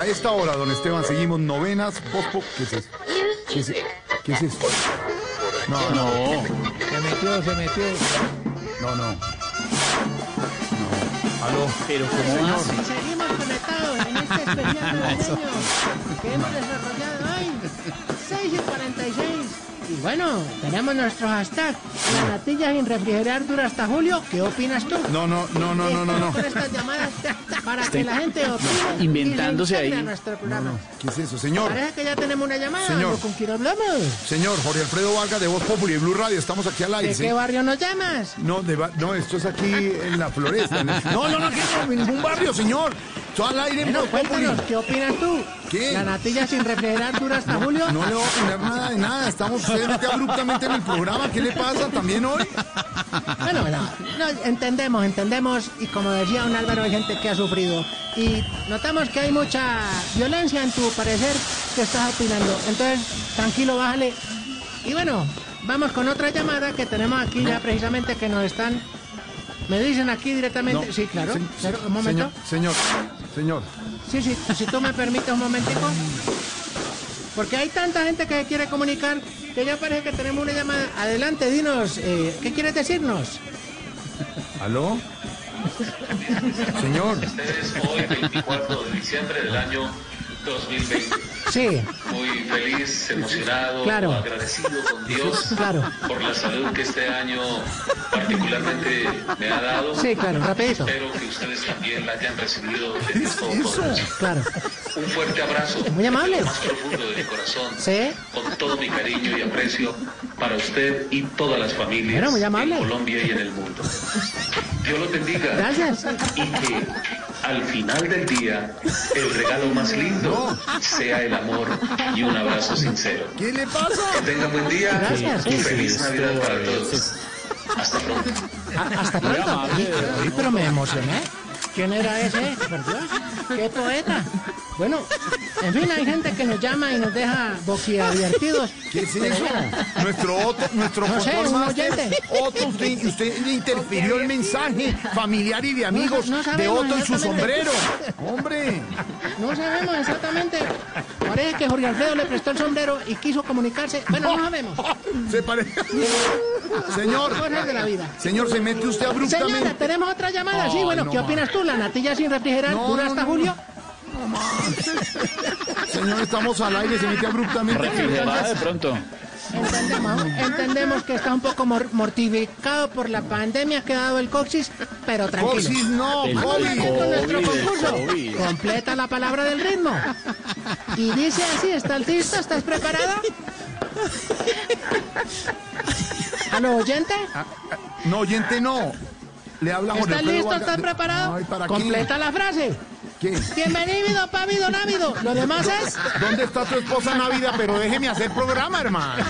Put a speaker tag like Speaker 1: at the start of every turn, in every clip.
Speaker 1: A esta hora, don Esteban, seguimos novenas. Pop, pop. ¿Qué es eso? ¿Qué es, qué es eso? No, no,
Speaker 2: Se metió, se metió.
Speaker 1: no, no. No. Aló.
Speaker 2: Pero ¿cómo hace?
Speaker 3: Seguimos conectados en este especial navideño que hemos desarrollado hoy, 6 y 46. Y bueno, tenemos nuestro hashtag. La natilla sin refrigerar dura hasta julio. ¿Qué opinas tú?
Speaker 1: No, no, no, no, no, no, no.
Speaker 3: Por estas llamadas para que la gente opine.
Speaker 2: inventándose
Speaker 3: y se integre
Speaker 2: ahí.
Speaker 3: a nuestro programa.
Speaker 1: ¿Qué es eso? Señor,
Speaker 3: Parece que ya tenemos una llamada.
Speaker 1: Señor.
Speaker 3: ¿Con quién hablamos?
Speaker 1: señor, Jorge Alfredo Vargas de Voz Populi y Blue Radio, estamos aquí al aire.
Speaker 3: ¿De
Speaker 1: ¿sí?
Speaker 3: qué barrio nos llamas?
Speaker 1: No, de ba- no, esto es aquí en la floresta. en el- No, no, no, que no, en ningún barrio, señor. Esto al aire en
Speaker 3: Bueno,
Speaker 1: Voz Populi.
Speaker 3: cuéntanos, ¿qué opinas tú?
Speaker 1: ¿Qué?
Speaker 3: ¿La natilla sin refrigerar dura hasta julio?
Speaker 1: No le voy a opinar nada de nada. Estamos usted mete abruptamente en el programa. ¿Qué le pasa también hoy?
Speaker 3: Bueno, bueno, no, entendemos, entendemos, y como decía un Álvaro, hay gente que ha sufrido. Y notamos que hay mucha violencia en tu parecer que estás opinando. Entonces, tranquilo, bájale. Y bueno, vamos con otra llamada que tenemos aquí ya precisamente que nos están. Me dicen aquí directamente. sí, claro.
Speaker 1: Se-
Speaker 3: claro,
Speaker 1: se-
Speaker 3: un momento.
Speaker 1: Señor, señor, señor.
Speaker 3: Sí, sí, si tú me permites un momentico. Porque hay tanta gente que quiere comunicar que ya parece que tenemos una llamada. Adelante, dinos, eh, ¿qué quieres decirnos?
Speaker 1: ¿Aló? señor,
Speaker 4: ustedes hoy 24 de diciembre del año 2020.
Speaker 3: Sí.
Speaker 4: Muy feliz, emocionado,
Speaker 3: Claro.
Speaker 4: agradecido con Dios
Speaker 3: Claro.
Speaker 4: por la salud que este año particularmente me ha dado.
Speaker 3: Sí, claro, rapidito.
Speaker 4: Espero que ustedes también la hayan recibido de Dios Todopoderoso.
Speaker 3: Claro.
Speaker 4: Un fuerte abrazo.
Speaker 3: Muy amable.
Speaker 4: desde lo más profundo de mi corazón.
Speaker 3: Sí.
Speaker 4: Con todo mi cariño y aprecio para usted y todas las familias
Speaker 3: Bueno, muy amable.
Speaker 4: en Colombia y en el mundo. Dios los bendiga.
Speaker 3: Gracias.
Speaker 4: y que al final del día el regalo más lindo sea el amor y un abrazo sincero.
Speaker 1: ¿qué le pasa?
Speaker 4: Que tengan buen día
Speaker 3: Gracias.
Speaker 4: y feliz Navidad para todos. Hasta pronto.
Speaker 3: A- Hasta pronto. Ay, pero me emocioné. ¿Quién era ese? Por Dios, qué poeta. Bueno, en fin, hay gente que nos llama y nos deja boquiabiertidos.
Speaker 1: ¿Qué es eso? Nuestro Otto, nuestro
Speaker 3: No sé,
Speaker 1: control
Speaker 3: un
Speaker 1: master,
Speaker 3: oyente.
Speaker 1: Otto, usted, usted le interfirió el mensaje familiar y de amigos
Speaker 3: No, no
Speaker 1: de
Speaker 3: sabemos
Speaker 1: Otto y su
Speaker 3: exactamente.
Speaker 1: sombrero. Hombre,
Speaker 3: No sabemos exactamente. Parece que Jorge Alfredo le prestó el sombrero y quiso comunicarse. Bueno, no sabemos.
Speaker 1: se parece. Señor,
Speaker 3: Cosas de la vida.
Speaker 1: señor, se mete usted
Speaker 3: Señora,
Speaker 1: abruptamente.
Speaker 3: tenemos otra llamada. Sí, bueno,
Speaker 1: no
Speaker 3: ¿qué
Speaker 1: más.
Speaker 3: opinas tú? ¿La natilla sin refrigerar
Speaker 1: No,
Speaker 3: dura
Speaker 1: no,
Speaker 3: hasta
Speaker 1: no,
Speaker 3: julio?
Speaker 1: Señor, estamos al aire, se mete abruptamente.
Speaker 2: Refrigerada de pronto.
Speaker 3: Entendemos, entendemos que está un poco mor- mortificado por la pandemia que ha dado el coxis, pero tranquilo.
Speaker 1: Coxis, no,
Speaker 2: El- el
Speaker 1: COVID.
Speaker 3: Sigue con nuestro
Speaker 2: COVID, el
Speaker 3: concurso.
Speaker 2: COVID.
Speaker 3: Completa la palabra del ritmo. Y dice así, ¿estás listo? ¿Estás preparada? ¿A los oyentes?
Speaker 1: Ah, No, oyente, no. Le habla Jorge
Speaker 3: ¿Estás
Speaker 1: Alfredo
Speaker 3: listo?
Speaker 1: Vargas.
Speaker 3: ¿Estás preparado?
Speaker 1: Ay, ¿para qué?
Speaker 3: Completa la frase.
Speaker 1: ¿Qué?
Speaker 3: Bienvenido, pavido, návido. Lo demás es
Speaker 1: ¿Dónde está tu esposa Navidad? Pero déjeme hacer programa, hermano.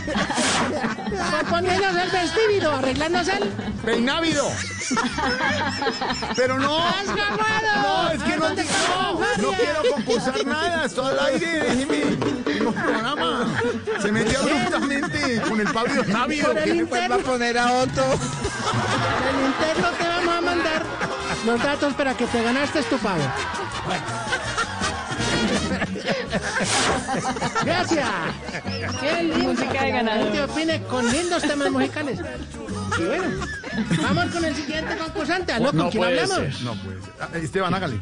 Speaker 3: poniéndose el vestíbido, arreglándose el...
Speaker 1: Peinávido. Pero no.
Speaker 3: ¡Has ganado!
Speaker 1: No, es que no te no, no quiero concursar nada, estoy al aire, déjeme. No programa. Se metió abruptamente con el Pablo Navido.
Speaker 3: Por el interno.
Speaker 1: poner a Otto.
Speaker 3: En el interno te vamos a mandar los datos para que te ganaste tu pago. Gracias. Qué lindo.
Speaker 5: Música de ganador.
Speaker 3: La gente opine con lindos temas musicales. Y bueno, vamos con el siguiente concursante. ¿Aló, ¿Con
Speaker 2: No
Speaker 3: quién
Speaker 2: puede
Speaker 3: hablamos?
Speaker 2: ser.
Speaker 1: No, pues. ah, Esteban, hágale.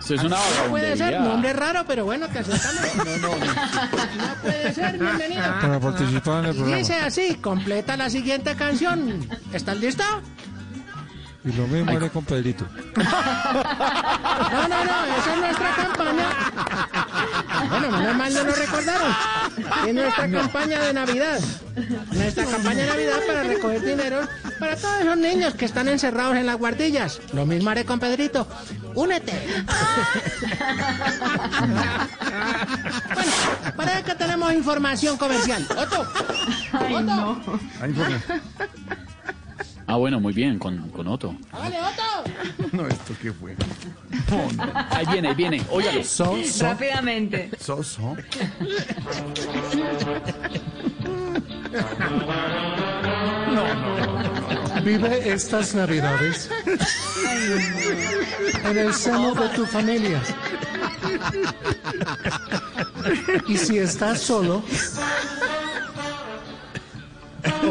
Speaker 2: Eso es una vagabundería.
Speaker 3: Puede ser, nombre raro, pero bueno, te aceptamos. No, no, no. puede ser, bienvenido.
Speaker 6: para participar en el
Speaker 3: Y
Speaker 6: programa.
Speaker 3: dice así, completa la siguiente canción. ¿Estás listo?
Speaker 6: Y lo mismo haré con Pedrito.
Speaker 3: No, no, no, esa es nuestra campaña. Bueno, recordaron, menos mal no lo recordaron. En nuestra campaña de Navidad. Nuestra campaña de Navidad para recoger dinero para todos esos niños que están encerrados en las guardillas. Lo mismo haré con Pedrito. Únete. bueno, parece que tenemos información comercial. Otto. Otto.
Speaker 1: Ahí fue.
Speaker 2: Ah, bueno, muy bien, con, con Otto.
Speaker 3: Vale, Otto.
Speaker 1: No, esto qué fue.
Speaker 2: Ahí viene, ahí viene. Óigalo.
Speaker 1: So, so,
Speaker 7: Rápidamente.
Speaker 1: so, so.
Speaker 6: Vive estas navidades en el seno de tu familia. Y si estás solo,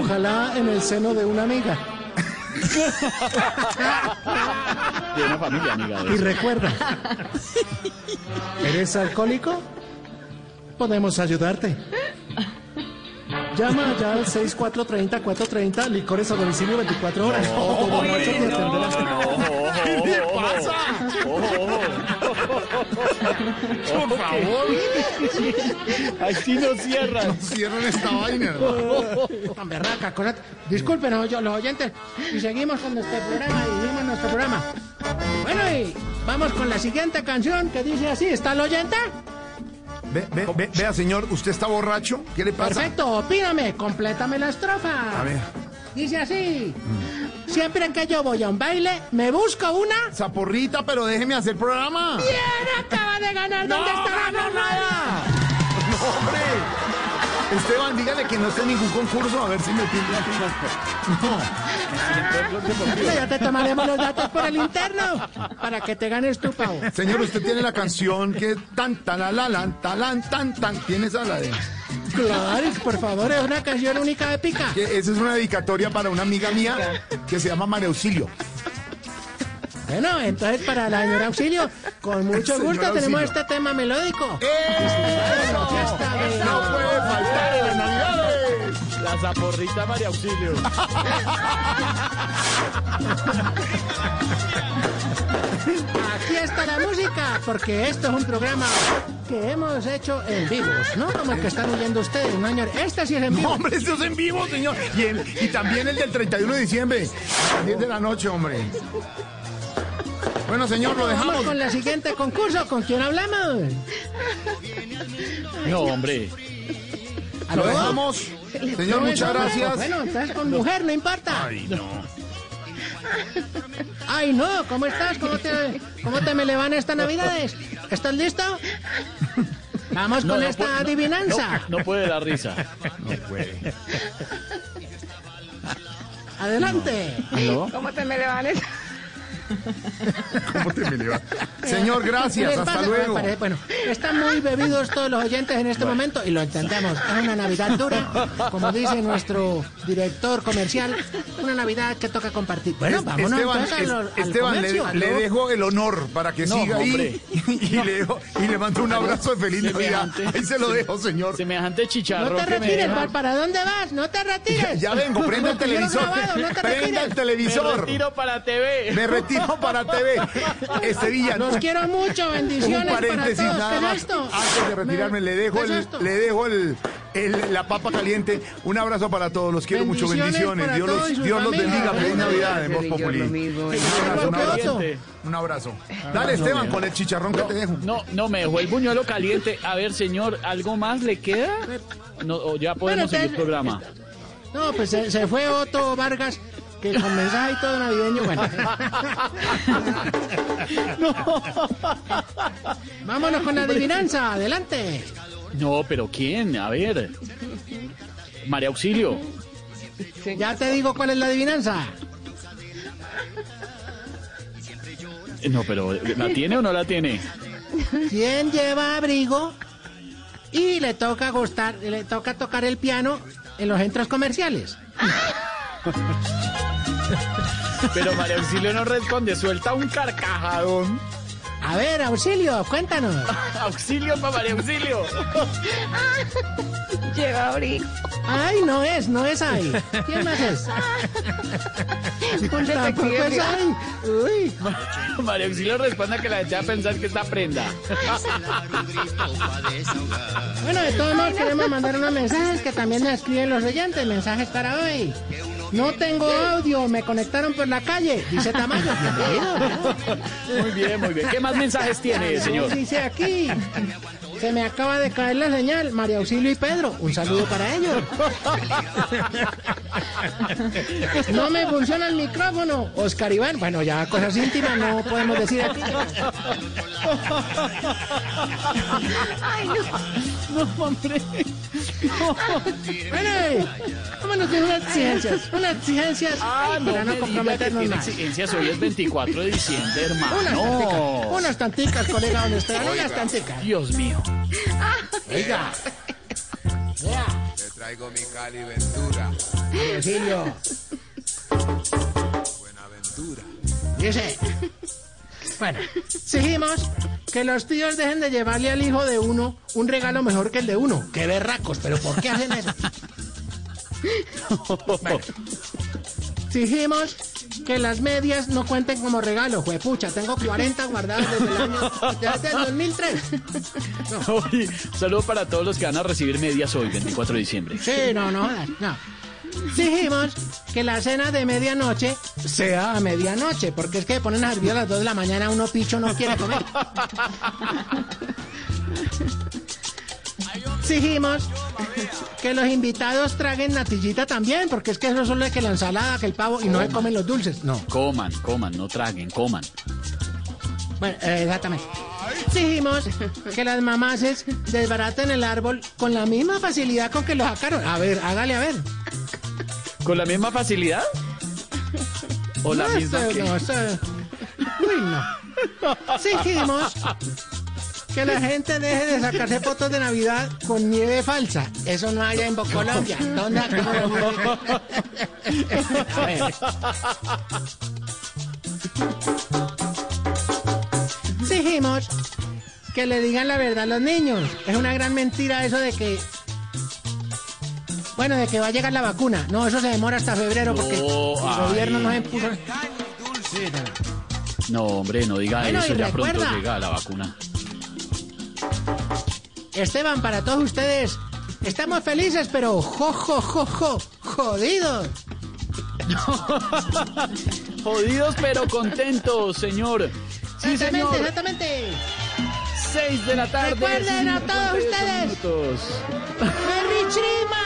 Speaker 6: ojalá en el seno de una amiga.
Speaker 2: De una familia, amiga. de
Speaker 6: Y
Speaker 2: eso.
Speaker 6: recuerda, ¿eres alcohólico? Podemos ayudarte. Llama ya al 6430-430, licores a domicilio 24 horas. Todo borracho te atenderás.
Speaker 1: Oh, Por favor,
Speaker 2: Así no cierran.
Speaker 1: cierren esta vaina, hermano.
Speaker 3: Tan berraca, cosa- Disculpen no, yo- los oyentes. Y seguimos con nuestro programa y seguimos nuestro programa. Bueno, y vamos con la siguiente canción que dice así. ¿Está el oyente?
Speaker 1: Ve, ve, ve- vea, señor, ¿usted está borracho? ¿Qué le pasa?
Speaker 3: Perfecto, opíname, complétame la estrofa.
Speaker 1: A ver, Mm.
Speaker 3: Dice así. Siempre que yo voy a un baile, me busco una.
Speaker 1: zaporrita, pero déjeme hacer programa.
Speaker 3: ¿Quién acaba de ganar? ¿Dónde está la jornada?
Speaker 1: No, hombre. Esteban, dígale que no esté en ningún concurso, a ver si me tiene aquí.
Speaker 3: Bueno, Ya te tomaremos los datos por el interno para que te ganes tu pavo.
Speaker 1: Señor, usted tiene la canción que tan, tan, la, la, lan, talán, tan, tan. ¿Tiene esa la de?
Speaker 3: Claro, por favor, es una canción única épica.
Speaker 1: Que esa es una dedicatoria para una amiga mía que se llama María Auxilio.
Speaker 3: Bueno, entonces para la señora Auxilio, con mucho
Speaker 1: Señora
Speaker 3: gusto tenemos
Speaker 1: Auxilio. ¡Eh!
Speaker 3: este tema melódico.
Speaker 1: ¡Eso!
Speaker 3: Fiesta de-
Speaker 1: ¡No puede faltar en las navidades!
Speaker 2: La zaporrita María Auxilio.
Speaker 3: Aquí está la música, porque esto es un programa que hemos hecho en vivos, ¿no? Como el que están oyendo ustedes, ¿no, señor? Este sí es en
Speaker 1: No,
Speaker 3: vivo.
Speaker 1: hombre, esto es en vivo, señor. Y, en- y también el del 31 de diciembre, a las 10 de la noche, hombre. Bueno, señor, lo
Speaker 3: Vamos
Speaker 1: dejamos.
Speaker 3: con el siguiente concurso. ¿Con quién hablamos?
Speaker 2: No, hombre.
Speaker 1: Lo dejamos. Señor, muchas gracias.
Speaker 3: Bueno, estás con mujer, no importa. Ay, no. Ay, no, ¿cómo estás? ¿Cómo te, cómo te me le van estas navidades? ¿Estás listo? Vamos
Speaker 2: No,
Speaker 3: con
Speaker 2: no
Speaker 3: esta
Speaker 2: puede- no,
Speaker 3: adivinanza.
Speaker 2: No, no puede la risa.
Speaker 3: Adelante.
Speaker 7: ¿Cómo te me levantes?
Speaker 1: ¿Cómo te me le va? Señor, gracias.
Speaker 3: Les
Speaker 1: Hasta
Speaker 3: pasa-
Speaker 1: luego.
Speaker 3: Parece- Bueno, están muy bebidos todos los oyentes en este momento y lo entendemos. Es una Navidad dura, como dice nuestro director comercial, una Navidad que toca compartir. Bueno,
Speaker 1: Es-
Speaker 3: vámonos
Speaker 1: Esteban,
Speaker 3: entonces
Speaker 1: es-
Speaker 3: a lo- al
Speaker 1: Esteban, le-
Speaker 3: comercio,
Speaker 1: le,
Speaker 3: ¿no?
Speaker 1: dejo el honor para que
Speaker 2: No,
Speaker 1: siga
Speaker 2: hombre.
Speaker 1: ahí y, le dejo- y le mando un abrazo de feliz Navidad.
Speaker 2: Semejante-
Speaker 1: Ahí se lo dejo, señor.
Speaker 2: Semejante
Speaker 3: No
Speaker 2: chicharro
Speaker 3: te
Speaker 2: que me
Speaker 3: retires,
Speaker 2: deja.
Speaker 3: Val, ¿para dónde vas? No te
Speaker 1: Ya,
Speaker 3: retires.
Speaker 1: ya vengo, prenda el
Speaker 3: Porque yo no
Speaker 1: televisor.
Speaker 3: grabado, no te
Speaker 1: prenda el
Speaker 3: retires.
Speaker 2: Me
Speaker 1: televisor.
Speaker 2: retiro para TV.
Speaker 1: Me retiro para TV. Estevilla,
Speaker 3: Los quiero mucho,
Speaker 1: un
Speaker 3: bendiciones para todos.
Speaker 1: paréntesis nada
Speaker 3: ¿Qué es
Speaker 1: más.
Speaker 3: esto?
Speaker 1: Antes de retirarme, le dejo,
Speaker 3: ¿Qué es
Speaker 1: el,
Speaker 3: esto?
Speaker 1: le dejo el, el- la papa caliente. Un abrazo para todos. Los quiero mucho.
Speaker 3: Bendiciones
Speaker 1: Bendiciones.
Speaker 3: para
Speaker 1: Dios
Speaker 3: todos y
Speaker 1: los,
Speaker 3: sus
Speaker 1: Dios los
Speaker 3: familias.
Speaker 1: bendiga. Feliz Navidad en Voz
Speaker 7: Yo lo
Speaker 1: Populi.
Speaker 7: mismo.
Speaker 1: Un abrazo.
Speaker 3: Otto.
Speaker 1: Un abrazo. Dale, Esteban, con el chicharrón que te dejo.
Speaker 2: No, no, me dejó el buñuelo caliente. A ver, señor, ¿algo más le queda? No, o ya podemos
Speaker 3: Bueno,
Speaker 2: seguir
Speaker 3: te-
Speaker 2: programa.
Speaker 3: No, pues se, se fue Otto Vargas, que con mensaje y todo navideño, bueno. Vámonos con la adivinanza, adelante.
Speaker 2: No, pero ¿quién? A ver. María Auxilio.
Speaker 3: Ya te digo cuál es la adivinanza.
Speaker 2: Eh, No, pero ¿la tiene o no la tiene?
Speaker 3: ¿Quién lleva abrigo y le toca gustar, le toca tocar el piano en los centros comerciales?
Speaker 2: Pero María Auxilio no responde, suelta un carcajadón.
Speaker 3: A ver, auxilio, cuéntanos.
Speaker 2: auxilio, papá, auxilio.
Speaker 7: Llega a abrir
Speaker 3: Ay, no es, no es ahí. ¿Quién más es?
Speaker 7: un
Speaker 3: Tampoco
Speaker 7: detective
Speaker 3: es
Speaker 7: privado.
Speaker 3: ahí. Uy.
Speaker 2: María Auxilio responda que la echa a pensar que está prenda.
Speaker 3: Bueno, de todos modos queremos mandar unos mensajes que también nos escriben los oyentes. Mensajes para hoy. No tengo audio, me conectaron por la calle, dice Tamayo. Bienvenido.
Speaker 2: Muy bien, muy bien. ¿Qué más mensajes tiene, señor?
Speaker 3: Dice aquí. Se me acaba de caer la señal, María Auxilio y Pedro. Un saludo para ellos. No me funciona el micrófono, Oscar Iván. Bueno, ya cosas íntimas no podemos decir aquí. Bueno, eh, vámonos con unas exigencias. Unas exigencias
Speaker 2: Ah,
Speaker 3: para no comprometernos
Speaker 2: tiene
Speaker 3: más.
Speaker 2: exigencias. Hoy es 24 de diciembre,
Speaker 3: Unas tanticas,
Speaker 2: hermano.
Speaker 3: unas tanticas, colega, donde estén, unas tanticas.
Speaker 2: Dios mío.
Speaker 3: Oiga,
Speaker 1: Te traigo mi Cali Ventura.
Speaker 3: Auxilio,
Speaker 1: Buenaventura.
Speaker 3: dice. Bueno, exigimos que los tíos dejen de llevarle al hijo de uno un regalo mejor que el de uno. ¡Qué berracos! ¿Pero por qué hacen eso? Bueno. Exigimos que las medias no cuenten como regalo. Juepucha, tengo 40 guardadas desde el año... desde el 2003.
Speaker 2: Hoy, saludo para todos los que van a recibir medias hoy, 24 de diciembre.
Speaker 3: Sí, no, no, jodas, no. Dijimos que la cena de medianoche sea a medianoche, porque es que ponen a hervir a las 2 de la mañana, uno picho no quiere comer. Dijimos que los invitados traguen natillita también, porque es que eso solo es que la ensalada, que el pavo, y no se comen los dulces. No.
Speaker 2: Coman, coman, no traguen, coman.
Speaker 3: Bueno, eh, exactamente. Dijimos que las mamases desbaraten el árbol con la misma facilidad con que lo sacaron. A ver, hágale a ver.
Speaker 2: ¿Con la misma facilidad? ¿O la
Speaker 3: No, este
Speaker 2: misma
Speaker 3: esto
Speaker 2: que?
Speaker 3: no, esto- Uy, no. Exigimos que la gente deje de sacarse fotos de Navidad con nieve falsa. Eso no hay en Bo- Colombia. ¿Dónde acabo de morir? A ver. Exigimos que le digan la verdad a los niños. Es una gran mentira eso de que... Bueno, de que va a llegar la vacuna. No, eso se demora hasta febrero porque el
Speaker 2: ay.
Speaker 3: gobierno nos impuso...
Speaker 2: No, hombre, no diga
Speaker 3: Bueno,
Speaker 2: eso,
Speaker 3: y
Speaker 2: ya
Speaker 3: recuerda.
Speaker 2: pronto llega la vacuna.
Speaker 3: Esteban, para todos ustedes, estamos felices, pero jo, jo, jo, jo, jodidos.
Speaker 2: Jodidos pero contentos, señor. Sí,
Speaker 3: exactamente,
Speaker 2: señor.
Speaker 3: exactamente.
Speaker 2: 6 de la tarde.
Speaker 3: Recuerden a todos
Speaker 2: 58
Speaker 3: ustedes.
Speaker 2: minutos.
Speaker 3: ¡Merry Chima!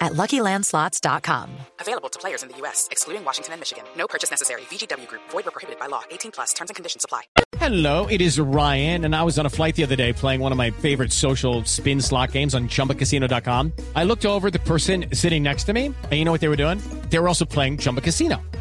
Speaker 8: at luckylandslots.com.
Speaker 9: Available to players in the U.S., excluding Washington and Michigan. No purchase necessary. VGW Group, void were prohibited by law. 18 plus terms and conditions apply.
Speaker 10: Hello, it is Ryan, and I was on a flight the other day playing one of my favorite social spin slot games on chumbacasino.com. I looked over at the person sitting next to me, and you know what they were doing? They were also playing Chumba Casino.